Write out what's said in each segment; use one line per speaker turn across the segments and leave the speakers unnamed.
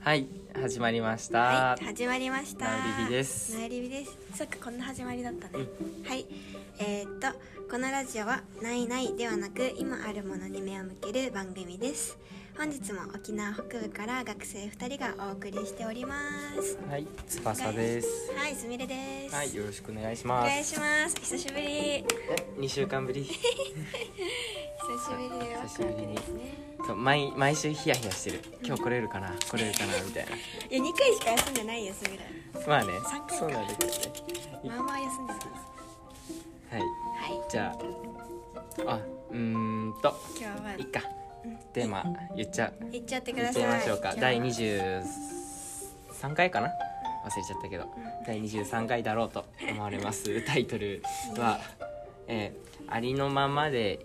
はい始まりました、
はい、始まりました。
ナウリビです
ナウリビです。そっか、こんな始まりだったね。はい、えーっと、このラジオはないないではなく、今あるものに目を向ける番組です。本日も沖縄北部から学生二人がお送りしております。
はい、翼です。
はい、すみれです。
はい、よろしくお願いし
お
ま
願い
す。
します。久しぶり。
二週間 ぶり。
久しぶりでワクワクですね。
そう毎毎週ヒヤヒヤしてる。今日来れるかな、来れるかなみたい
いや、二回しか休んでないよ、すみれ。
な。まあね
三回、か
そうなんですよね。
まあまあ休んでます。
はい、
はい、
じゃあ、あ、うーんと、
今日はい
っ。か
うん。
テーマ言っちゃ
行っちゃってく
言
だ
っ
さ
ち
い。
ゃいましょうか。第
今
二
日は
十三回かな。忘れちゃったけど、
ん
第二十三回だろうと思われ ます。タイトルは、えーありのままで、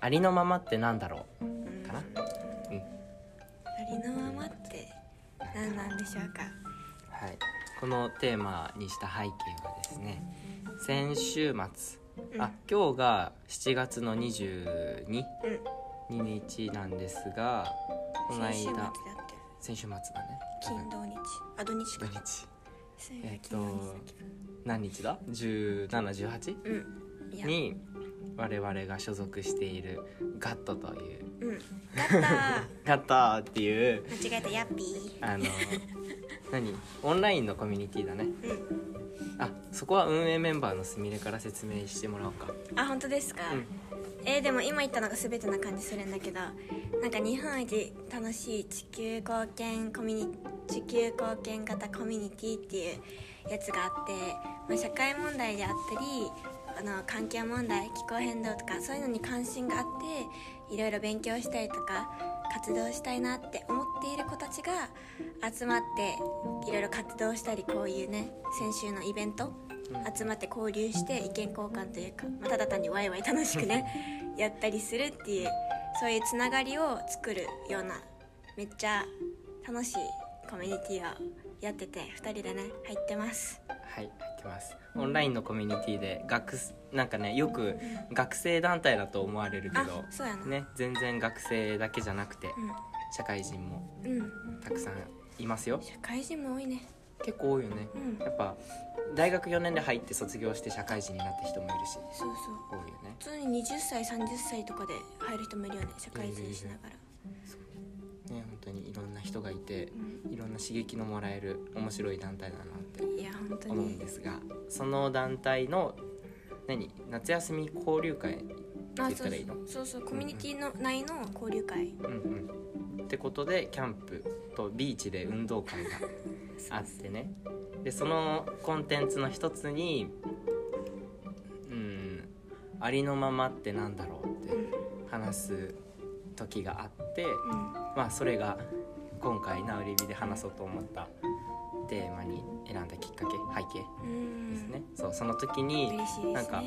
ありのままってなんだろう。
うん
かなうん
ありのままって何なんでしょうか
はい、このテーマにした背景はですね先週末、
うん
あ今日が7月の22
うん
日なんですがこの
先週末だっ
間
て
先週末だね
金土日あ土日
土
か
日
水曜日
えっと
金曜日
何日だ ?1718
うんいや
に我々が所属しているガットという
うんだった間
ガットっていう
違えたヤッピー
あの何オンラインのコミュニティだね
うん
あそこは運営メンバーのすみれから説明してもらおうか
あ本当ですか、
うん
えーでも今言ったのが全てな感じするんだけどなんか日本一楽しい地球貢献コミュニ地球貢献型コミュニティっていうやつがあって、まあ、社会問題であったりあの環境問題気候変動とかそういうのに関心があっていろいろ勉強したりとか活動したいなって思っている子たちが集まっていろいろ活動したりこういうね先週のイベント
うん
集まって交流して意見交換というか、まあ、ただ単にワイワイ楽しくねやったりするっていうそういうつながりを作るようなめっちゃ楽しいコミュニティをやってて2人でね入ってます
はい、入ってます。オンラインのコミュニティで学すなんかねよく学生団体だと思われるけ
あ
ど、
そうやな、
ね全然学生だけじゃなくて社会人も
うん、うん、
たくさんいますよ。
社会人も多いね
結構多いよね
う。ん
やっぱ大学4年で入って卒業して社会人になった人もいるし、
そう
多
そう
いよね。
普通に20歳30歳とかで入る人もいるよね社会人しながら、
ね本当にいろんな人がいて
う
いろんな刺激のもらえる面白い団体だなって
ん、いや本当
思うん
に
ですが、その団体の何夏休み交流会言
あ
っ
そ
た
う
らいいの
そうそうコミュニティの内の交流会
うんうん、ってことでキャンプとビーチで運動 会があってねでそのコンテンツの一つにうんありのままってなんだろうって
うん
話す時があって
うん
まあそれが今回「なうりび」で話そうと思ったテーマに選んだきっかけ背景
うん
ですね、そうその時に
嬉しいですね
なんか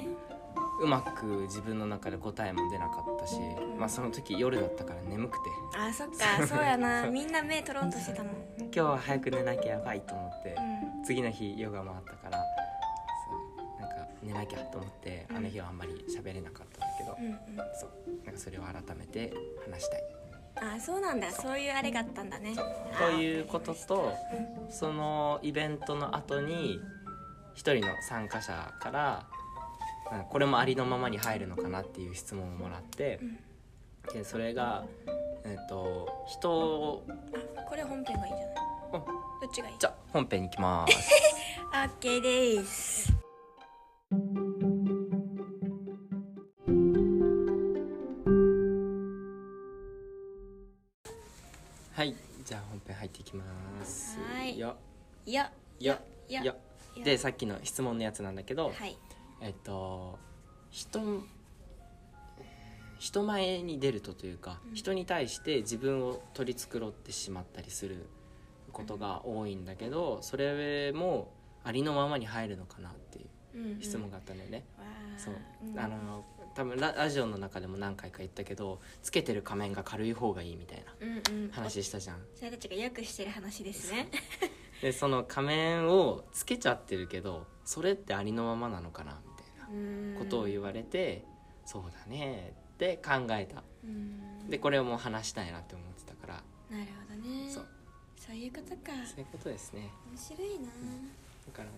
うまく自分の中で答えも出なかったし、まあ、その時夜だったから眠くて。
あそっかそうやなみんな目取ろうとしてたもん、う
今日は早く寝なきゃやばいと思って、
ん、
次の日ヨガもあったからそうなんか寝なきゃと思って、
うん
あの日はあんまり喋れなかったんだけど、
うんうん
そうなんかそれを改めて話したい
あそうなんだそういうあれがあったんだね
ということとそのイベントの後に一人の参加者からなんかこれもありのままに入るのかなっていう質問をもらって
う、ん
でそれが、えっと人を
あこれ本編がいいんじゃない
うん
どっちがいい
じゃあ本編に行き ます。
オッケーです
はいじゃあ本編入っていきます。
はい
よ
いや
よ
いや
よ
いや
でさっきの質問のやつなんだけど、
はい
えっと人人前に出るとというか、
うん
人に対して自分を取り繕ってしまったりすることが多いんだけど、それもありのままに入るのかなっていう
うんうん
質問があったんだよね。
わー
そうんあの多分ララジオの中でも何回か言ったけどつけてる仮面が軽い方がいいみたいな
うんうん
話したじゃん。
それたちがよくしてる話ですね
でその仮面をつけちゃってるけどそれってありのままなのかなみたいな。ことを言
う
われて、そうだねって考えた
うん
でこれをもう話したいなって思ってたから、
なるほどね
そう
そそういうことか
そういうことですね
面白いな
だからね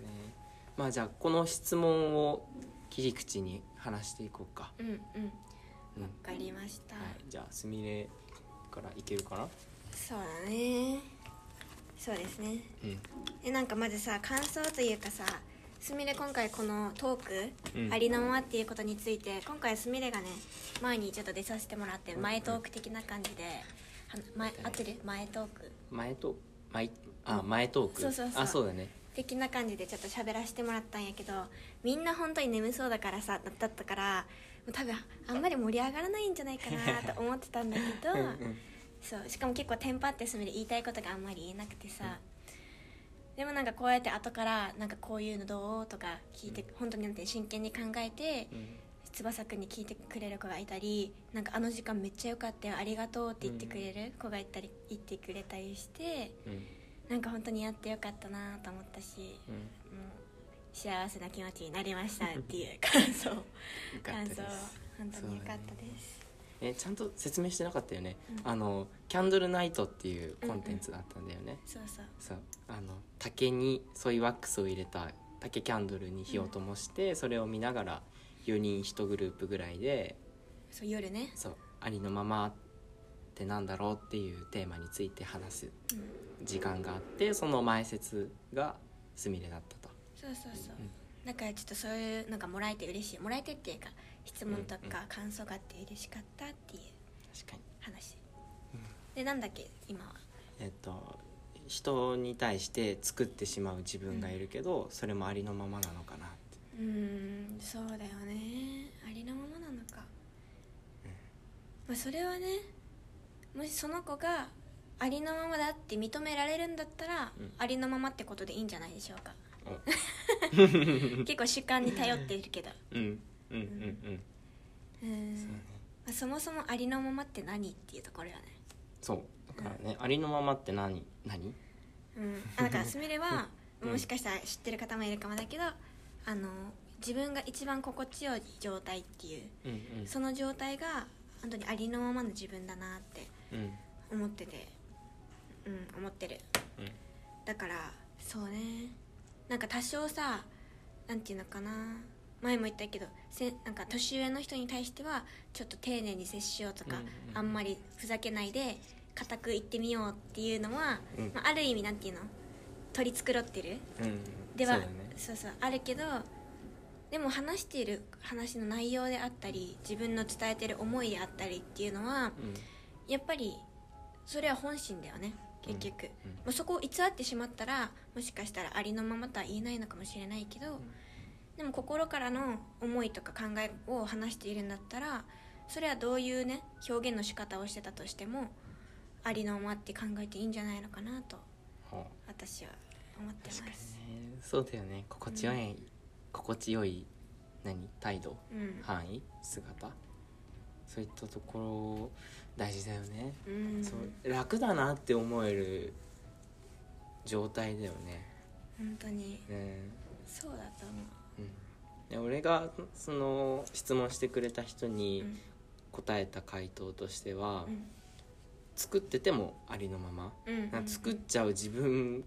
まあじゃあこの質問を切り口に話していこうか
うんうん
うん
わかりました、
はいじゃあすみれからいけるかな
そうだねそうですね
うん
えなんかまずさ感想というかさすみれ今回このトーク、
うん
ありのままっていうことについて今回すみれがね前にちょっと出させてもらって
うん
前トーク的な感じで、あの前合ってる前トーク
前と前あ前トーク
そうそうそう
あそうだね
的な感じでちょっと喋らせてもらったんやけどみんな本当に眠そうだからさだったから多分あんまり盛り上がらないんじゃないかなと思ってたんだけど
うんうん
そうしかも結構テンパってすみれ言いたいことがあんまり言えなくてさ、でもなんかこうやって後からなんかこういうのどうとか聞いて、
うん
本当になんて真剣に考えて、
うん
翼くんに聞いてくれる子がいたりなんかあの時間めっちゃ良かったよありがとうって言ってくれる子がいたり、言ってくれたりして
うん
なんか本当にやってよかったなと思ったし、
うん
うん幸せな気持ちになりましたっていう感想
よかった
感
で
想
す
本当によかったです。
えちゃんと説明してなかったよね、
うん
あのキャンドルナイトっていうコンテンツだったんだよね、
そうそう
そうあの竹にソイワックスを入れた竹キャンドルに火を灯して、それを見ながら4人1グループぐらいで
そう夜ね、
そうありのままってなんだろうっていうテーマについて話す
うん
時間があってその前説がスミレだったと
そうそうそう、
うん
だからちょっとそういうのがもらえて嬉しいもらえてっていうか質問とか感想があって嬉しかったっていう
確かに
話、でなんだっけ今は
えっと人に対して作ってしまう自分がいるけど、それもありのままなのかなって
うーんそうだよねありのままなのか、まあ、それはねもしその子がありのままだって認められるんだったら、
うん
ありのままってことでいいんじゃないでしょうか
お
結構主観に頼っているけど
うんうんうんうん
うーん
そうね
まあ、そもそもありのままって何っていうところよね
そうだからね、ありのままって何何
うん、あだからすみれは
うん
もしかしたら知ってる方もいるかもだけどあの自分が一番心地よい状態っていう
うんうん
その状態が本当にありのままの自分だなって
うんうん
思っててうん思ってるだからそうねなんか多少さなんていうのかな前も言ったけどせなんか年上の人に対してはちょっと丁寧に接しようとか、
うんうん
あんまりふざけないで固く言ってみようっていうのは、
うん
まあ、ある意味なんていうの取り繕ってる
うん
では
そうだね
そうそうあるけどでも話している話の内容であったり自分の伝えてる思いであったりっていうのは
うん
やっぱりそれは本心だよね結
うんうん
局、まあ、そこを偽ってしまったらもしかしたらありのままとは言えないのかもしれないけど、でも心からの思いとか考えを話しているんだったらそれはどういうね表現の仕方をしてたとしてもありのままって考えていいんじゃないのかなと
ほ
私は思って
う確か
ます。
にねそうだよね心地よい、心地よい何態度
うん
範囲姿そういったところ大事だよね、
うん
そう楽だなって思える状態だよね
本当に
ね
そうだと思
うんで俺がその質問してくれた人
う、
に
うん
答えた回答としては、
うん
作っててもありのまま、
うん
なんか作っちゃう自分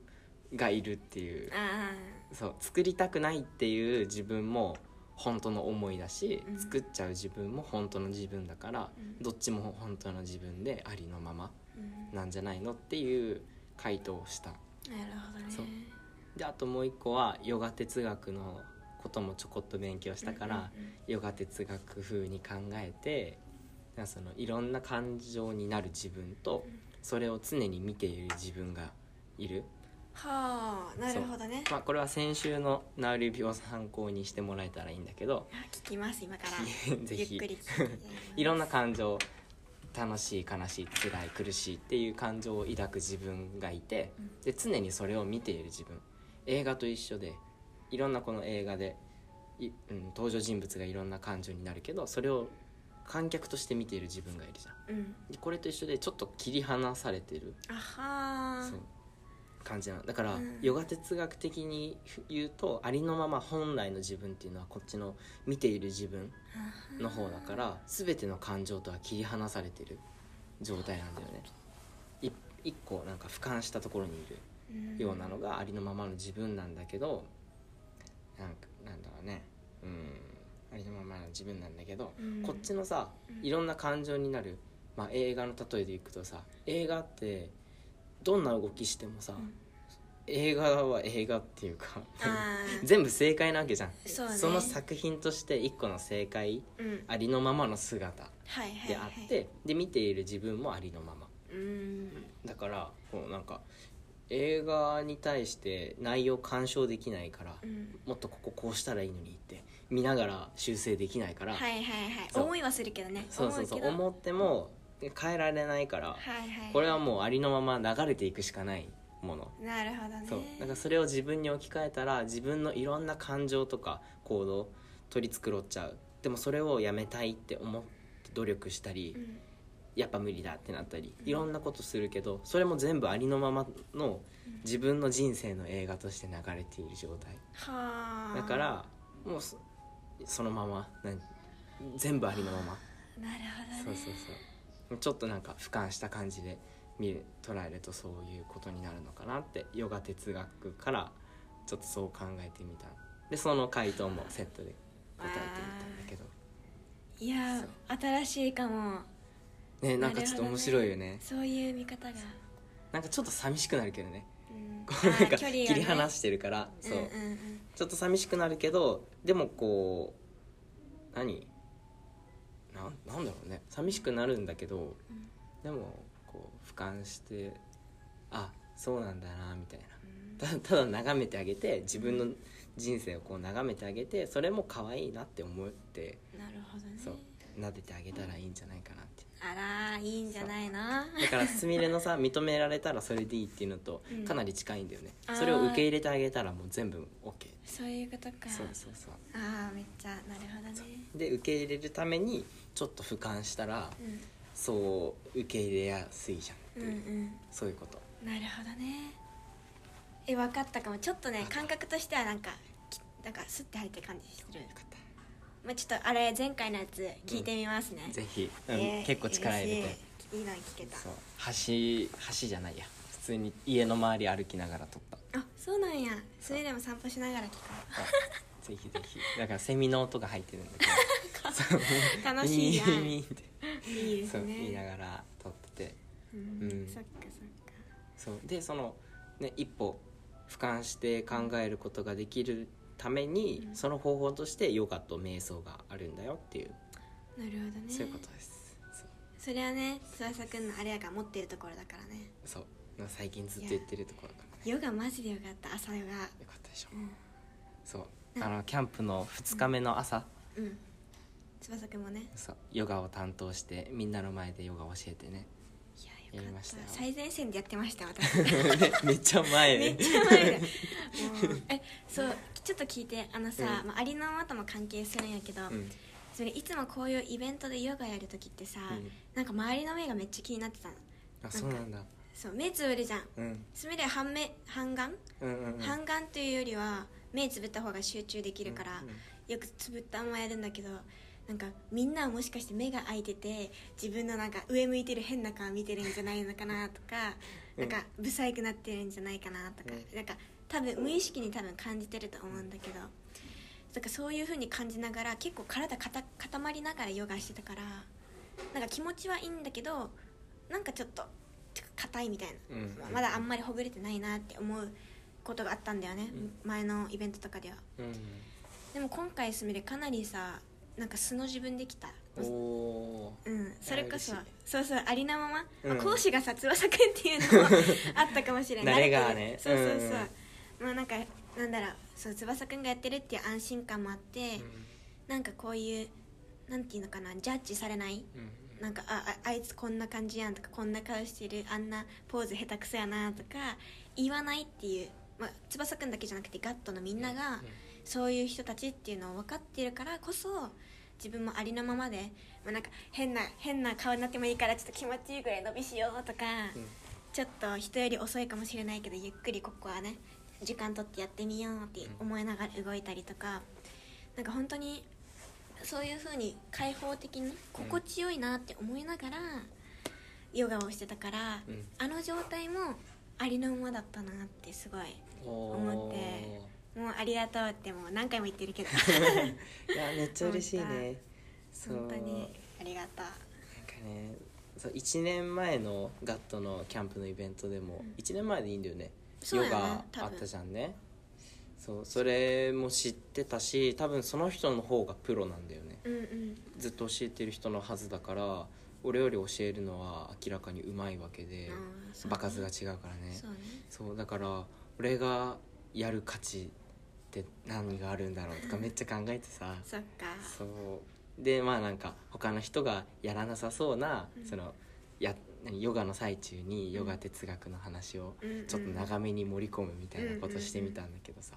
がいるっていう
あ
そう作りたくないっていう自分も本当の思いだし、
うん
作っちゃう自分も本当の自分だから、
うん
どっちも本当の自分でありのまま
あ、うん、
なんじゃないのっていう回答をした
なるほどね
そうであともう一個はヨガ哲学のこともちょこっと勉強したから、
うんうんうん
ヨガ哲学風に考えてなんかそのいろんな感情になる自分と
うん
それを常に見ている自分がいる、
はあなるほどね
まあ、これは先週の「ナウリ病」を参考にしてもらえたらいいんだけど
あ聞きます今から
ぜひ
ゆっくり聞いて
いろん
な
な感情楽しい悲しい辛い苦しいっていう感情を抱く自分がいて
うん
で常にそれを見ている自分映画と一緒でいろんなこの映画で、いうん、登場人物がいろんな感情になるけどそれを観客として見ている自分がいるじゃん
うん
でこれと一緒でちょっと切り離されてる
あはあ
そう感じなのだから、
うん
ヨガ哲学的に言うとありのまま本来の自分っていうのはこっちの見ている自分の方だから全ての感情とは切り離されてる状態なんだよねい一個なんか俯瞰したところにいる
うん
ようなのがありのままの自分なんだけどなんかなんだろうねうんありのままの自分なんだけど、
うん
こっちのさ
うん
いろんな感情になる、まあ、映画の例えでいくとさ映画ってどんな動きしてもさ、
ん
映画は映画っていうか
あ ー
全部正解なわけじゃん
そうね
の作品として一個の正解
うん
ありのままの姿
はいはい
で
は
あ
い
って、で見ている自分もありのまま
うん
だからこうなんか映画に対して内容干渉できないから、
うん
もっとこここうしたらいいのにって見ながら修正できないから、
はいはいはい
そう
思いはするけどね
そうそうそう
思う
思っても変えられないから、
けどはいはい
これはもうありのまま流れていくしかないもの、
なるほどね
そうだからそれを自分に置き換えたら自分のいろんな感情とか行動取り繕っちゃうでもそれをやめたいって思って努力したり、
うん
やっぱ無理だってなったりいろんなことするけどそれも全部ありのままの自分の人生の映画として流れている状態
はあ
だからもうそそのままなん全部ありのまま
なるほど
そう
ね
そうそうちょっとなんか俯瞰した感じで見る捉えるとそういうことになるのかなってヨガ哲学からちょっとそう考えてみたでその回答もセットで答えてみたんだけど
いやー新しいかも
ねなんかちょっと面白いよね
そういう見方が
なんかちょっと寂しくなるけどね
うん
こ
あ
うなん
ー
か
距離が
切り離
し
してるからそう
うんうんうん
ちょっと寂しくなるけどでもこう何なんなんだろうね寂しくなるんだけど
うん
でもこう俯瞰してあそうなんだなみたいなただただ眺めてあげて自分の人生をこう眺めてあげてそれも可愛いなって思って
なるほどね
そう撫でてあげたらいいんじゃないかなって
あらいいんじゃないの
だからすみれの さ認められたらそれでいいっていうのと
うん
かなり近いんだよね、
あー
それを受け入れてあげたらもう全部 OK
そういうことか
そうそうそう
ああめっちゃなるほどね
で受け入れるためにちょっと俯瞰したら
う
そう受け入れやすいじゃん
んうんうん
そういうこと
なるほどねえ分かったかもちょっとね感覚としてはなんかきなんかスッて入ってる感じする
よかっ
まあ、ちょっとあれ前回のやつ聞いてみますね、
たぜひ、う
え
ん
ー
結構力入れて
嬉しいいいの聞けた
そう橋橋じゃないや普通に家の周り歩きながら撮 った
あそうなんやそれでも散歩しながら聞こ
そうぜひぜひだからセミの音が入ってるんだけ
う 楽
ど
しい
ミ
や
ー
ん
ミ
い
ーって
いです
そう言いな
ね
がら撮ってて
う
うん
んそっか
そうでその、ね、一歩俯瞰して考えることができるために、
うん
その方法としてヨガと瞑想があるんだよっていう、
そっかなるほどね
そういうことですそう
それはね翼くんのあれやから持ってるところだからね
そうまあ最近ずっと言ってるところかなね
ヨガマジでよかった朝ヨガ
よかったでしょ
う
そうあのキャンプの2日目の朝、
ん、うん、翼くんもね
そうヨガを担当してみんなの前でヨガを教えて ね
いや
やり
よか
ま
っ
したよ
た最前線でやって ました私
めっちゃ前
めっちゃ前でもうえそうちょっと聞いてあのさ、
うん
まあ、ありのままとも関係するんやけど、
うん、
それいつもこういうイベントでヨガやる時ってさ、
うん
なんか周りの目がめっちゃ気になってたの
あそうなんだ
そう目つぶるじゃん
うん
つぶりは半目半眼、
うんうんうん
半眼というよりは目つぶった方が集中できるから、
うんうん
よくつぶったままやるんだけどなんかみんなはもしかして目が開いてて自分のなんか上向いてる変な顔見てるんじゃないのかなとか、
うん
なんか不細工なってるんじゃないかなとか、
うん
なんか多分無意識に多分感じてると思うんだけど、なんかそういう風に感じながら結構体かた固まりながらヨガしてたからなんか気持ちはいいんだけどなんかちょっとちょっと硬いみたいな、
うん
まだあんまりほぐれてないなって思うことがあったんだよね、前のイベントとかでは。
うん
でも今回すみれかなりさなんか素の自分できた
うんおー
うんそれこ
嬉し
そ
い
そうそうありのまま、
うん
まあ講師がさ翼くんっていうのもあったかもしれな い
慣れがね
そうそうそう、
うんうん
まあなんかなんだろうそう翼くんがやってるっていう安心感もあって、なんかこういうなんていうのかなジャッジされない
うんうん
なんかあああいつこんな感じやんとかこんな顔してるあんなポーズ下手くそやなとか言わないっていう、まあ、翼くんだけじゃなくてガットのみんなが、そういう人たちっていうのを分かっているからこそ自分もありのままで、まあ、なんか変な変な顔になってもいいからちょっと気持ちいいぐらい伸びしようとか、
うん
ちょっと人より遅いかもしれないけどゆっくりここはね時間取ってやってみようって思いながら動いたりとか、なんか本当にそういう風に開放的に心地よいなって思いながらヨガをしてたから、
うん
あの状態もありのままだったなってすごい思ってもうありがとうってもう何回も言ってるけど
ていやめっちゃ嬉しい
本
ねそう
本当にありがとう
なんかねそう1年前のガットのキャンプのイベントでも、
うん
1年前でいいんだよね
そう
ヨ
だよね
ガあったじゃんねそうそれも知ってたし多分その人の方がプロなんだよね
うんうん
ずっと教えてる人のはずだから俺より教えるのは明らかにうまいわけで
あーそうね
場数が違うからね
そうね
そうだから俺がやる価値って何があるんだろうとかめっちゃ考えてさ
そっか
そうでまあなんか他の人がやらなさそうな、
うん
そのや何ヨガの最中にヨガ哲学の話を
うんうん
ちょっと長めに盛り込むみたいなことしてみたんだけどさ、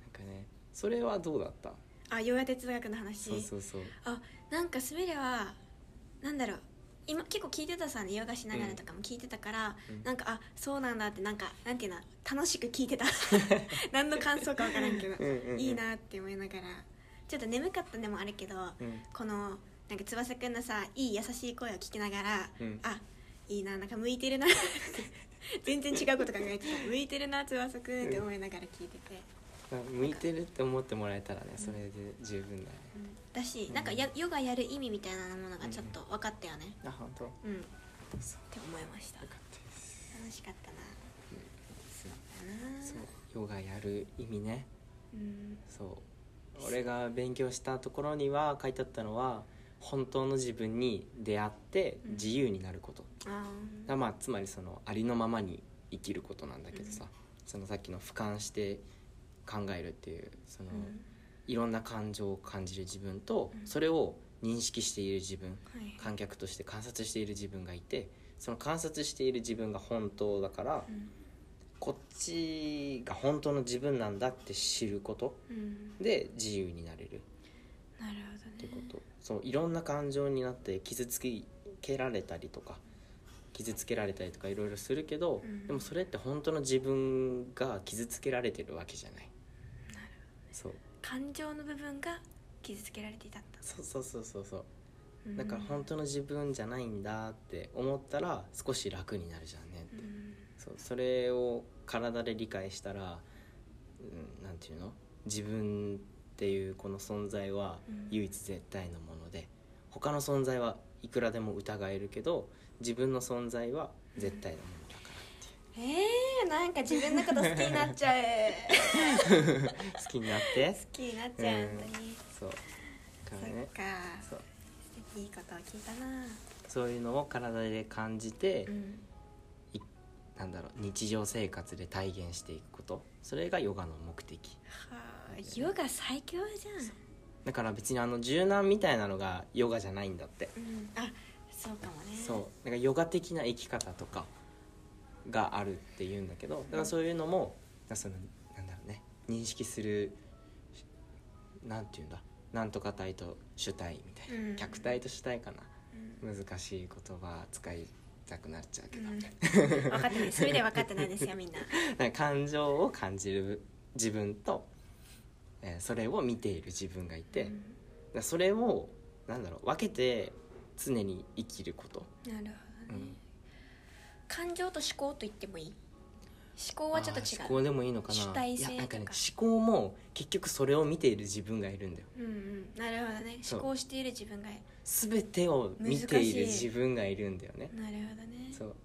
なんかねそれはどうだった
あヨガ哲学の話
そうそうそう
あなんか滑りはなんだろう今結構聞いてたさねヨガしながらとかも聞いてたから、
うん
なんかあそうなんだってなんかなんていうの楽しく聞 いてた何の感想かわからんけど
うんうんうん
いいなって思いながらちょっと眠かったのもあるけど、
うん
このなんか翼くんのさいい優しい声を聞きながら、
うん
あいいななんか向いてるな 全然違うこと考えてた向いてるな翼くんって思いながら聞いてて、
まあ向いてるって思ってもらえたらねそれで十分だね、
うんだしなんかやヨガやる意味みたいなものがちょっと分かったよね
あ本当よ
うん、っ
そう
て思いました
かったです
楽しかったなだな
そうヨガやる意味ね
うん
そう俺が勉強したところには書いてあったのは本当の自分に出会って
うん
自由になること、
あー
だまあつまりそのありのままに生きることなんだけどさ、
うん
そのさっきの俯瞰して考えるっていうその、
うん
いろんな感情を感じる自分と、
うん
それを認識している自分
はい
観客として観察している自分がいてその観察している自分が本当だから、
うん
こっちが本当の自分なんだって知ること
うん
で自由になれる
なるほ
って
どね
ことそういろんな感情になって傷つけられたりとか傷つけられたりとかいろいろするけど、
うん
でもそれって本当の自分が傷つけられてるわけじゃない
なる
そう
感情の部分が傷つけられていたんだ
そうそうそうそうそう
うん
だから本当の自分じゃないんだって思ったら少し楽になるじゃんね、
うん
そうそれを体で理解したら、うん、なんていうの自分っていうこの存在は
うん
唯一絶対のもので、他の存在はいくらでも疑えるけど自分の存在は絶対のものだからっていう
えー、なんか自分のこと好きになっち ゃう
好きになって
好きになっちゃう
うん
本当に
そうだから
そっ
ね
か
そう
いいことを聞いたな
そういうのを体で感じて、
うん
なんだろう日常生活で体現していくことそれがヨガの目的
はあヨガ最強じゃん
だから別にあの柔軟みたいなのがヨガじゃないんだって
うんあそうかもね
そうなんかヨガ的な生き方とかがあるっていうんだけどだからそういうのもそのなんだろうね認識するなんていうんだなんとか体と主体みたいな、
うん
客体と主体かな
うん
難しい言葉使いた くなっちゃうけど、
うん分かってないそれで分かってないですよみん な
なんか感情を感じる自分と、えーそれを見ている自分がいて、
う
だか
ん
らそれをなんだろう分けて常に生きること
なるほどね、
うん
感情と思考と言ってもいい思考はちょっと違
あー
う
思考でもいいのかな
主体性とか
いやなんかね思考も結局それを見ている自分がいるんだよ
うんうんなるほどね
そう
思考している自分が
全てを見ている
難しい
自分がいるんだよね
なるほどね
そう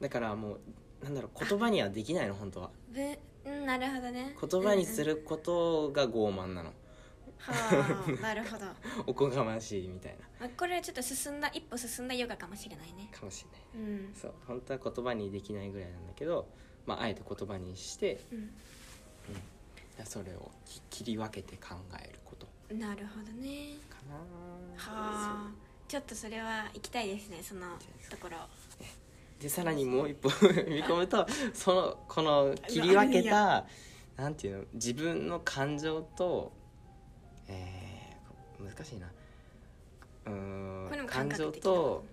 だからもうなんだろう言葉にはできないの本当は
ぶうんなるほどね
言葉にすることが傲慢なの
はあなるほど、ま
おこがましいみたいな
あ、これはちょっと進んだ一歩進んだヨガかもしれないね
かもしれない
うん
そう本当は言葉にできないぐらいなんだけど、まあ、あえて言葉にして
うん
それをき切り分けて考えること
なるほどね
かな
はあちょっとそれは行きたいですねそのところ
そうでさらにもう一歩 踏み込むとそのこの切り分け
う
たなんていうの自分の感情とえー難しいなう
これ
ーん
も
感
感
情
覚的な
と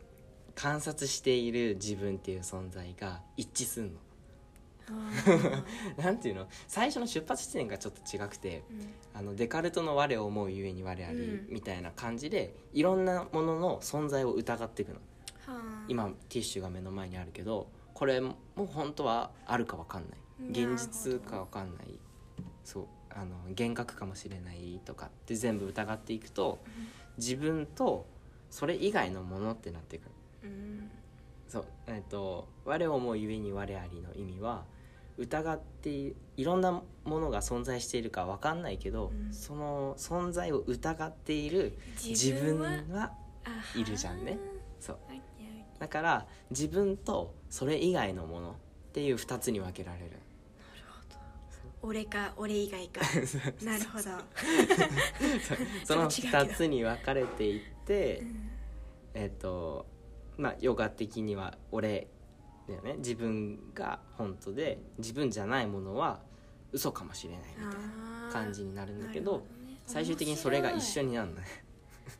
観察している自分っていう存在が一致すんの
はあ
なんていうの最初の出発地点がちょっと違くて、
うん
あのデカルトの「我を思うゆえに我あり」
うん
みたいな感じでいろんなものの存在を疑っていくの
あ
今ティッシュが目の前にあるけどこれも本当はあるか分かんない
なるほど
現実か分かんないそうあの幻覚かもしれないとかって全部疑っていくと自分とそれ以外のものってなってくる
うん
そうえっと「我をもゆえに我あり」の意味は疑っていいろんなものが存在しているか分かんないけど、
うん
その存在を疑っている自分はいるじゃんねそう
あはーオッケーオッケ
だから自分とそれ以外のものっていう2つに分けられる
ーなるほど俺か俺 以外かなるほど、
その
ちょっと違うけど
2つに分かれていって、
うん
えっとまあヨガ的には俺だよね自分が本当で自分じゃないものは嘘かもしれないみたいな
あー
感じになるんだけ
なる
ど
ほね
最終的にそれが一緒になるのね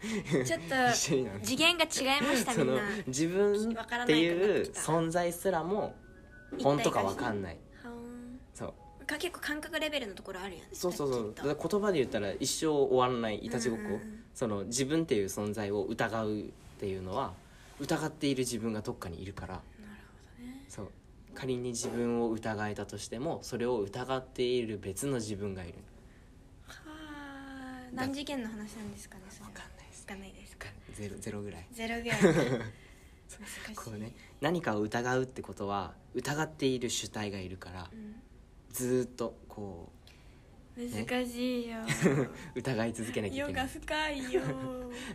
面白いちょっ
一緒になる
と次元が違いましたみ
そ
ん
の
な
自分
わか
っ
らな
て
いくなっ
いう
てきた
存在すらも本当か分かんない
はー
そうん
か結構感覚レベルのところあるよね
そうそうそ
きっ
う
と
だから言葉で言ったら一生終わらないいたちごっ
うんう
こ
んうん
その自分っていう存在を疑うっていうのは疑っている自分がどっかにいるから
なるほどね
そう仮に自分を疑えたとしてもそれを疑っている別の自分がいる
はあ何次元の話なんですかねそれ
分
は
かんないです
わかんないで すか
ゼロゼロぐらい
ゼロぐらい難しい
こうね何かを疑うってことは疑っている主体がいるからずーっとこ
うん難 しいよ
う疑い続けなきゃい
世
けな
が
い
深い よ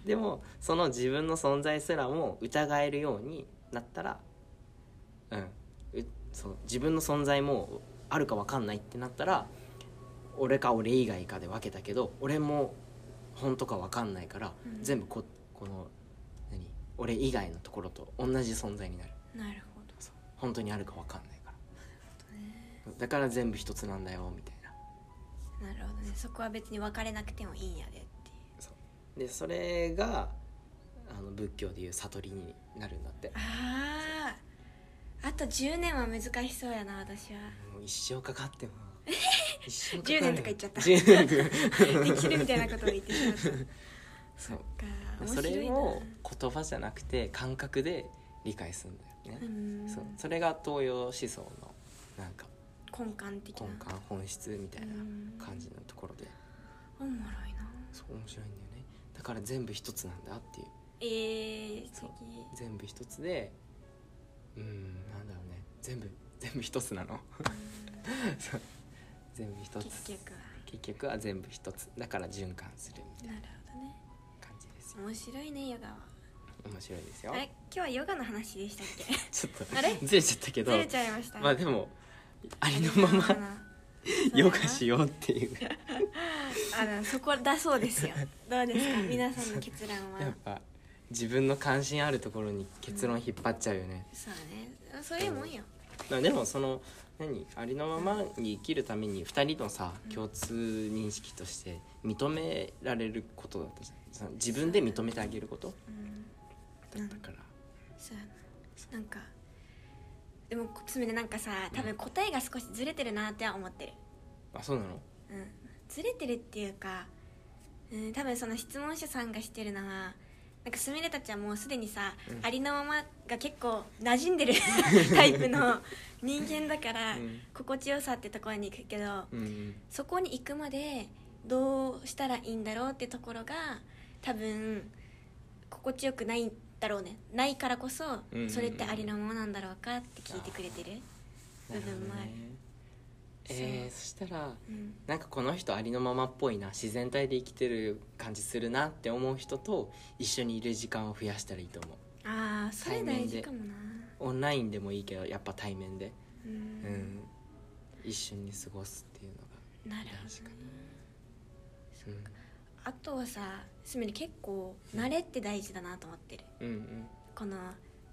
でもその自分の存在すらも疑えるようになったらうんうそう自分の存在もあるか分かんないってなったら俺か俺以外かで分けたけど俺も本当か分かんないから、
うん
全部ここの何俺以外のところと同じ存在になる
なるほど
そう本当にあるか分かんないから
ね
だから全部一つなんだよみたいな
なるほどねそこは別に分かれなくてもいいんやでっていう
でそれがあの仏教でいう悟りになるんだって
あああと10年は難しそうやな私は
もう一生かか っても一生か
10年とか言っち ゃった
10年
できるみたいなことを言ってしま った
そう
か
そ
面白
れ
いな
を言葉じゃなくて感覚で理解するんだよ
う
ね、
ん
そうそれが東洋思想のなんか
根幹的
根
な
幹本質みたいな感じのところで
おもろいな
そう面白いんだよねだから全部一つなんだっていう
えー、素
そう
敵
全部一つでうんなんだろうね全部全部一つなの そう全部一つ
結局は
結局は全部一つだから循環するみたい
なるほどね
な感じですよ
面白いねヨガは
面白いですよ
あれ今日はヨガの話でしたっけ
ちょっと
あれ
ずれちゃった けど
ずれちゃいました
まあでもありのままヨガしようっていう
あのそこだそうです よどうですか皆さんの決論は
やっぱ自分の関心あるところに結論引っ張っちゃうよね、
そうねそういうもんよ
まあでもその何ありのままに生きるために2人のさ共通認識として認められることだったじゃんその自分で認めてあげること
うん
だったから、
そうやななんかでもそれでなんかさ多分答えが少しずれてるなっては思ってる
あそうなの
うんずれてるっていうか、うん、多分その質問者さんがしてるのはなんかすみれたちはもうすでにさ、
うん
ありのままが結構馴染ん でるタイプの人間だから、
うん
心地よさってところに行くけど
うん
そこに行くまでどうしたらいいんだろうってところが多分心地よくないんだろうねないからこそ、
うん
それってありのままなんだろうかって聞いてくれてる
なるほど
部分もある
ねえー、そしたら
うん
なんかこの人ありのままっぽいな自然体で生きてる感じするなって思う人と一緒にいる時間を増やしたらいいと思う
ああそれ
対面
大
で
事かもな
オンラインでもいいけどやっぱ対面で、
う
うん
ん、
一緒に過ごすっていうのが
なるほ
大事
ど
か
ね
なうん
あとはさすみれ結構慣れって大事だなと思ってる
うんうん
この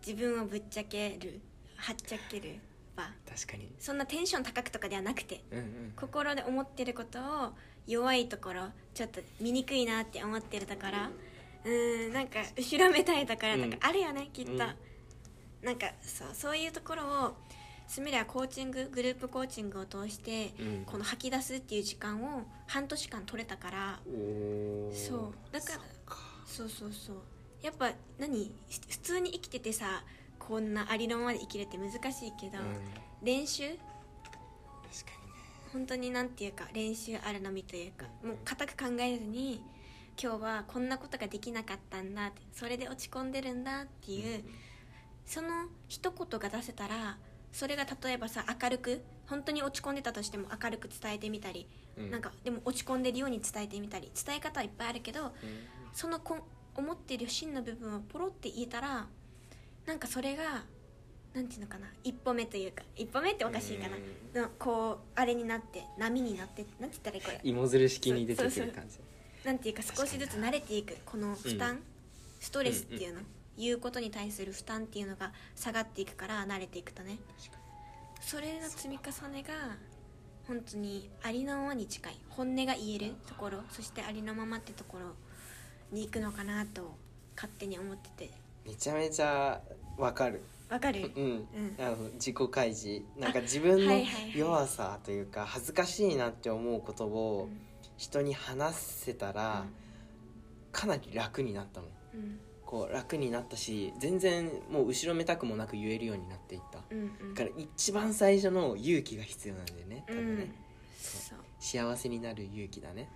自分をぶっちゃけるはっちゃけるは
確かに
そんなテンション高くとかではなくて
うんうん
心で思ってることを弱いところちょっと醜いなって思ってるところうーんなんか後ろめたいところとかあるよね、きっと、
うん
なんかそうそういうところをスミレはコーチンググループコーチングを通して、
うん
この吐き出すっていう時間を半年間取れたから
おー
そうだから
そっか
そうそうそうやっぱ何し普通に生きててさこんなありのままで生きるって難しいけど、
うん、
練習
確かにね
本当になんていうか練習あるのみというかもう固く考えずに今日はこんなことができなかったんだってそれで落ち込んでるんだっていう、その一言が出せたらそれが例えばさ明るく本当に落ち込んでたとしても明るく伝えてみたり、
う
なんかでも落ち込んでるように伝えてみたり伝え方はいっぱいあるけ
う
ど
ん
そのこん思ってる真の部分をポロって言えたらなんかそれがなんていうのかな一歩目というか一歩目っておかしいかな、
う
のこうあれになって波になってなんて言ったらいいこれ
芋づる式に出てくる感じ
なんていうか少しずつ慣れていくこの負担、
う
ストレスっていうの、言うことに対する負担っていうのが下がっていくから慣れていくとね
確か
それの積み重ねが本当にありのままに近い本音が言えるところそしてありのままってところに行くのかなと勝手に思ってて
にめちゃめちゃわかる
わかる
うん、
うん
あの自己開示なんか自分
は
の
いはいはい
弱さというか恥ずかしいなって思うことを
うん
人に話せたらかなり楽になったもん
うん
こう楽になったし全然もう後ろめたくもなく言えるようになっていった
うんうん
だから一番最初の勇気が必要なんだよね多
う
分ね、
んそう
幸せになる勇気だね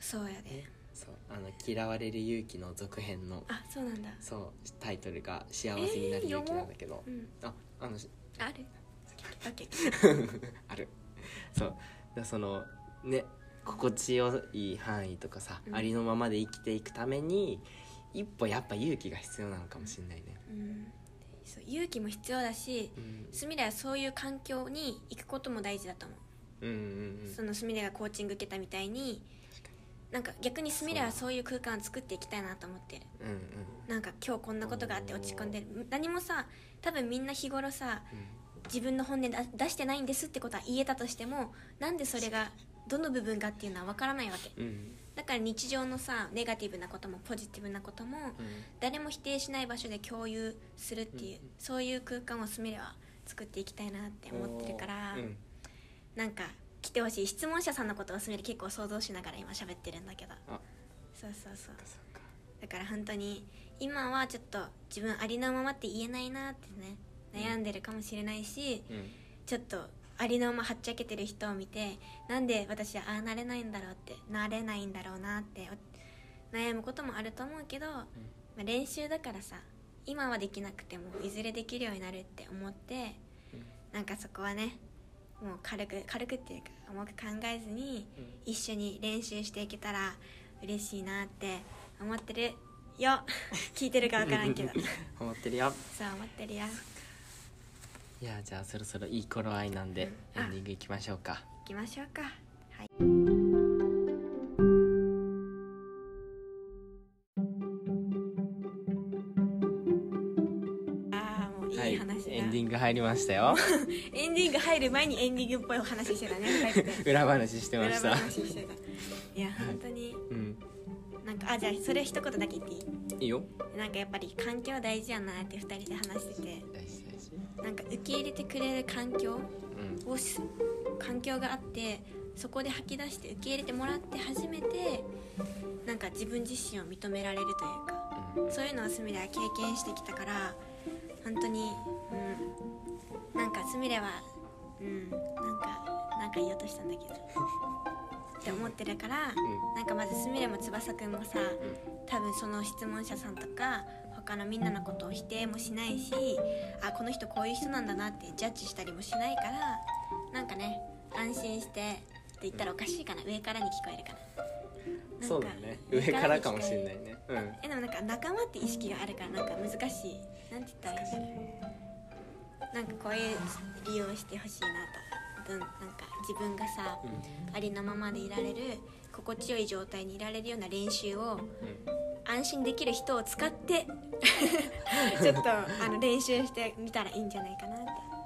そうやで
そうあの嫌われる勇気の続編の
あそうなんだ
そうタイトルが「幸せになる勇気」なんだけど、
うん
ああのし
あるオッケー
あるそうだそのね心地よい範囲とかさ、
うん
ありのままで生きていくために一歩やっぱ勇気が必要なのかもしれないね、
うんそう勇気も必要だし
うん、
スミレはそういう環境に行くことも大事だと思
うんうん
う、
うん
そのスミレがコーチング受けたみたいになんか逆にスミレはそういう空間を作っていきたいなと思ってる
うんうん
なんか今日こんなことがあって落ち込んでる何もさ多分みんな日頃さ自分の本音だ出してないんですってことは言えたとしてもなんでそれがどの部分がっていうのは分からないわけ
うんうん
だから日常のさネガティブなこともポジティブなことも
うん
誰も否定しない場所で共有するっていう、
うんうん
そういう空間をスミレは作っていきたいなって思ってるから、
うん
なんか来てほしい質問者さんのことをスミレ結構想像しながら今喋ってるんだけど
あ
そうそう
そ
そう
っか
だから本当に今はちょっと自分ありのままって言えないなってね悩んでるかもしれないし、
うん
ちょっとありのままはっちゃけてる人を見てなんで私はああなれないんだろうってなれないんだろうなってお悩むこともあると思うけど、まあ練習だからさ今はできなくてもいずれできるようになるって思ってなんかそこはねもう軽く軽くっていうか重く考えずに一緒に練習していけたら嬉しいなって思ってるよ 聞いてるか分からんけど
うん思ってるよ
そう思ってるよ
いやじゃあそろそろいい頃合いなんで
うん
エ
あ
ンディングいきましょうか
行きましょうかはいあーもういい話だ、
エンディング入りましたよ
エンディング入る前にエンディングっぽいお話してたね 二人で
裏話してま
裏
した
話してたいや本当に
うん
なんかあじゃあそれ一言だけ言っていい
いいよ
なんかやっぱり環境大事やなって二人で話してて
大事大事
なんか受け入れてくれる環境
うん
をし環境があってそこで吐き出して受け入れてもらって初めてなんか自分自身を認められるというか
うん
そういうのをスミレは経験してきたから本当に、うん、なんかスミレは、うん、なんかなんか言おうとしたんだけど って思ってるから、
ん
なんかまずスミレも翼くんもさ、多分その質問者さんとか他のみんなのことを否定もしないしあこの人こういう人なんだなってジャッジしたりもしないからなんかね安心してって言ったらおかしいかな上からに聞こえるかななんか
そうだね上からかもしれない
に聞こ
ねうん
えるえでもなんか仲間って意識があるからなんか難しいなんて言ったらいいのなんかこういう利用してほしいなとどんなんか自分がさ
うん
ありのままでいられる心地よい状態にいられるような練習を
うん
安心できる人を使って ちょっとあの練習してみたらいいんじゃないかなって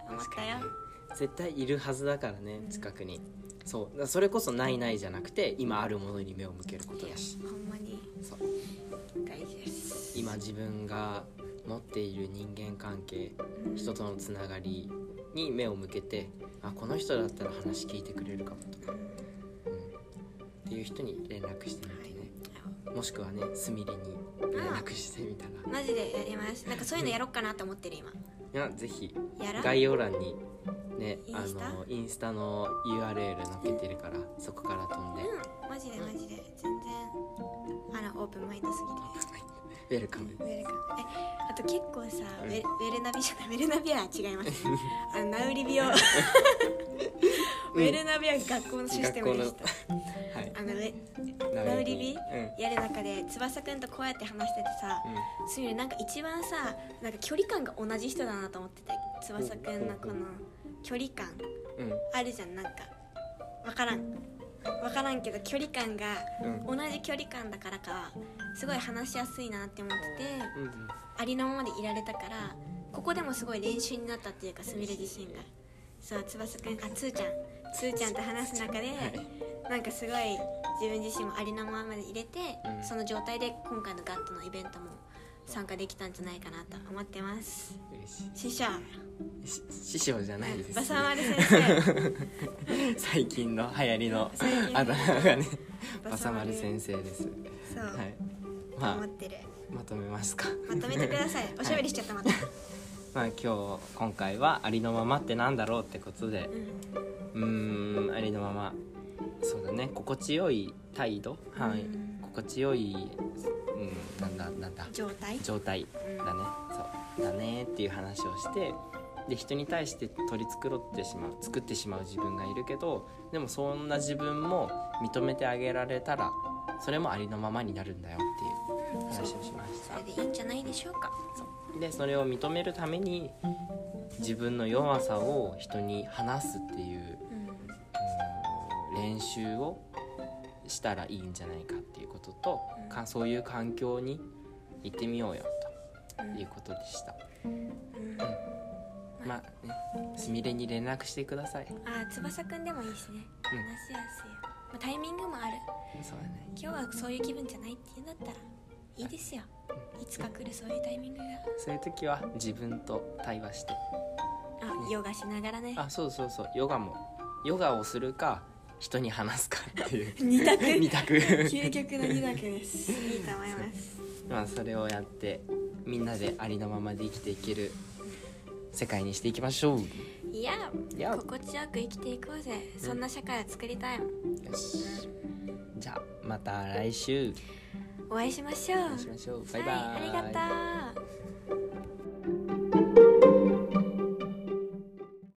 思っ
確か
た
に
よ
ね絶対いるはずだからね
ん
近くにそうだからそれこそないないじゃなくて今あるものに目を向けることだし
ほんまに
そう
大事です
今自分が持っている人間関係人とのつながりに目を向けてあこの人だったら話聞いてくれるかもとか、うん、っていう人に連絡してみてねもしくはねすみれに連絡してみたら
マジでやりますなんかそういうのやろうかなと思ってる今
いやぜひ
やら
概要欄にね
イン
あ
スタ
のインスタの URL 載っけてるからそこから飛ん で
うんマジでマジで全然あらオープンマインドすぎて
ウェルカム
ウェルカムえあと結構さ、
うん
ウェルウェルナビじゃないウェルナビは違 いますあのナウリビをウェルナビは学校のシステムでし
学
た
校はい
あのウェ
ナ
ナ
ウ
ウ
リ
リ
ビう
ビ
ん
やる中で翼くんとこうやって話しててさすみれなんか一番さなんか距離感が同じ人だなと思ってて翼くんのこの距離感
うん
あるじゃんなんか分からん分からんけど距離感が
うん
同じ距離感だからかすごい話しやすいなって思ってて
うんうん
ありのままでいられたからここでもすごい練習になったっていうかすみれ自身がそう翼くんあつーちゃんつーちゃんと話す中で、
はい
なんかすごい自分自身もありのままで入れて、
うん
その状態で今回のガットのイベントも参加できたんじゃないかなと思ってます
嬉し
師匠
いし師匠じゃないです
バサマル先生
最近の流行りの
最近の
あだ名がね
バ
バ
サ
サ
マ
マ
ル
ル先生です
そう、
はいま
思っ
あ
てる
まとめますか
まとめてくださいおしゃべりしちゃったまた、
まあ今日今回はありのままってなんだろうってことで
うん
うーんありのままそうだね心地よい態度はい
うん
心地よいうんなんだなんだ
状態
状態
う
だ
ん
ねそうだねっていう話をしてで人に対して取り繕ってしまう作ってしまう自分がいるけどでもそんな自分も認めてあげられたらそれもありのままになるんだよっ
う
てい
ん
う
そう
話をしまし
そ
た
れでいいんじゃないでしょうか
でそれを認めるために自分の弱さを人に話すっていう
う
う
ん
ん練習をしたらいいんじゃないかっていうことと、
うん
かそういう環境に行ってみようよ
うん
ということでした、
うん
まあねすみれに連絡してください
あー翼くんでもいいしね
うん
話しやすいよ、まあ、タイミングもある
そうだね
今日はそういう気分じゃないって言うんだったらいいですよいつか来るそういうタイミングが
そういう時は自分と対話して
あヨガしながらね
あそうそうそうヨガもヨガをするか人に話すかっていう
二択
二択
究極の二択ですいいと思います
まあそれをやってみんなでありのままで生きていける世界にしていきましょう
いや
や
心地よく生きていこうぜそんな社会を作りたいもん
よしじゃあまた来週
お会いしましょう
お会いしましょうバイバーイ、
はい、ありがとう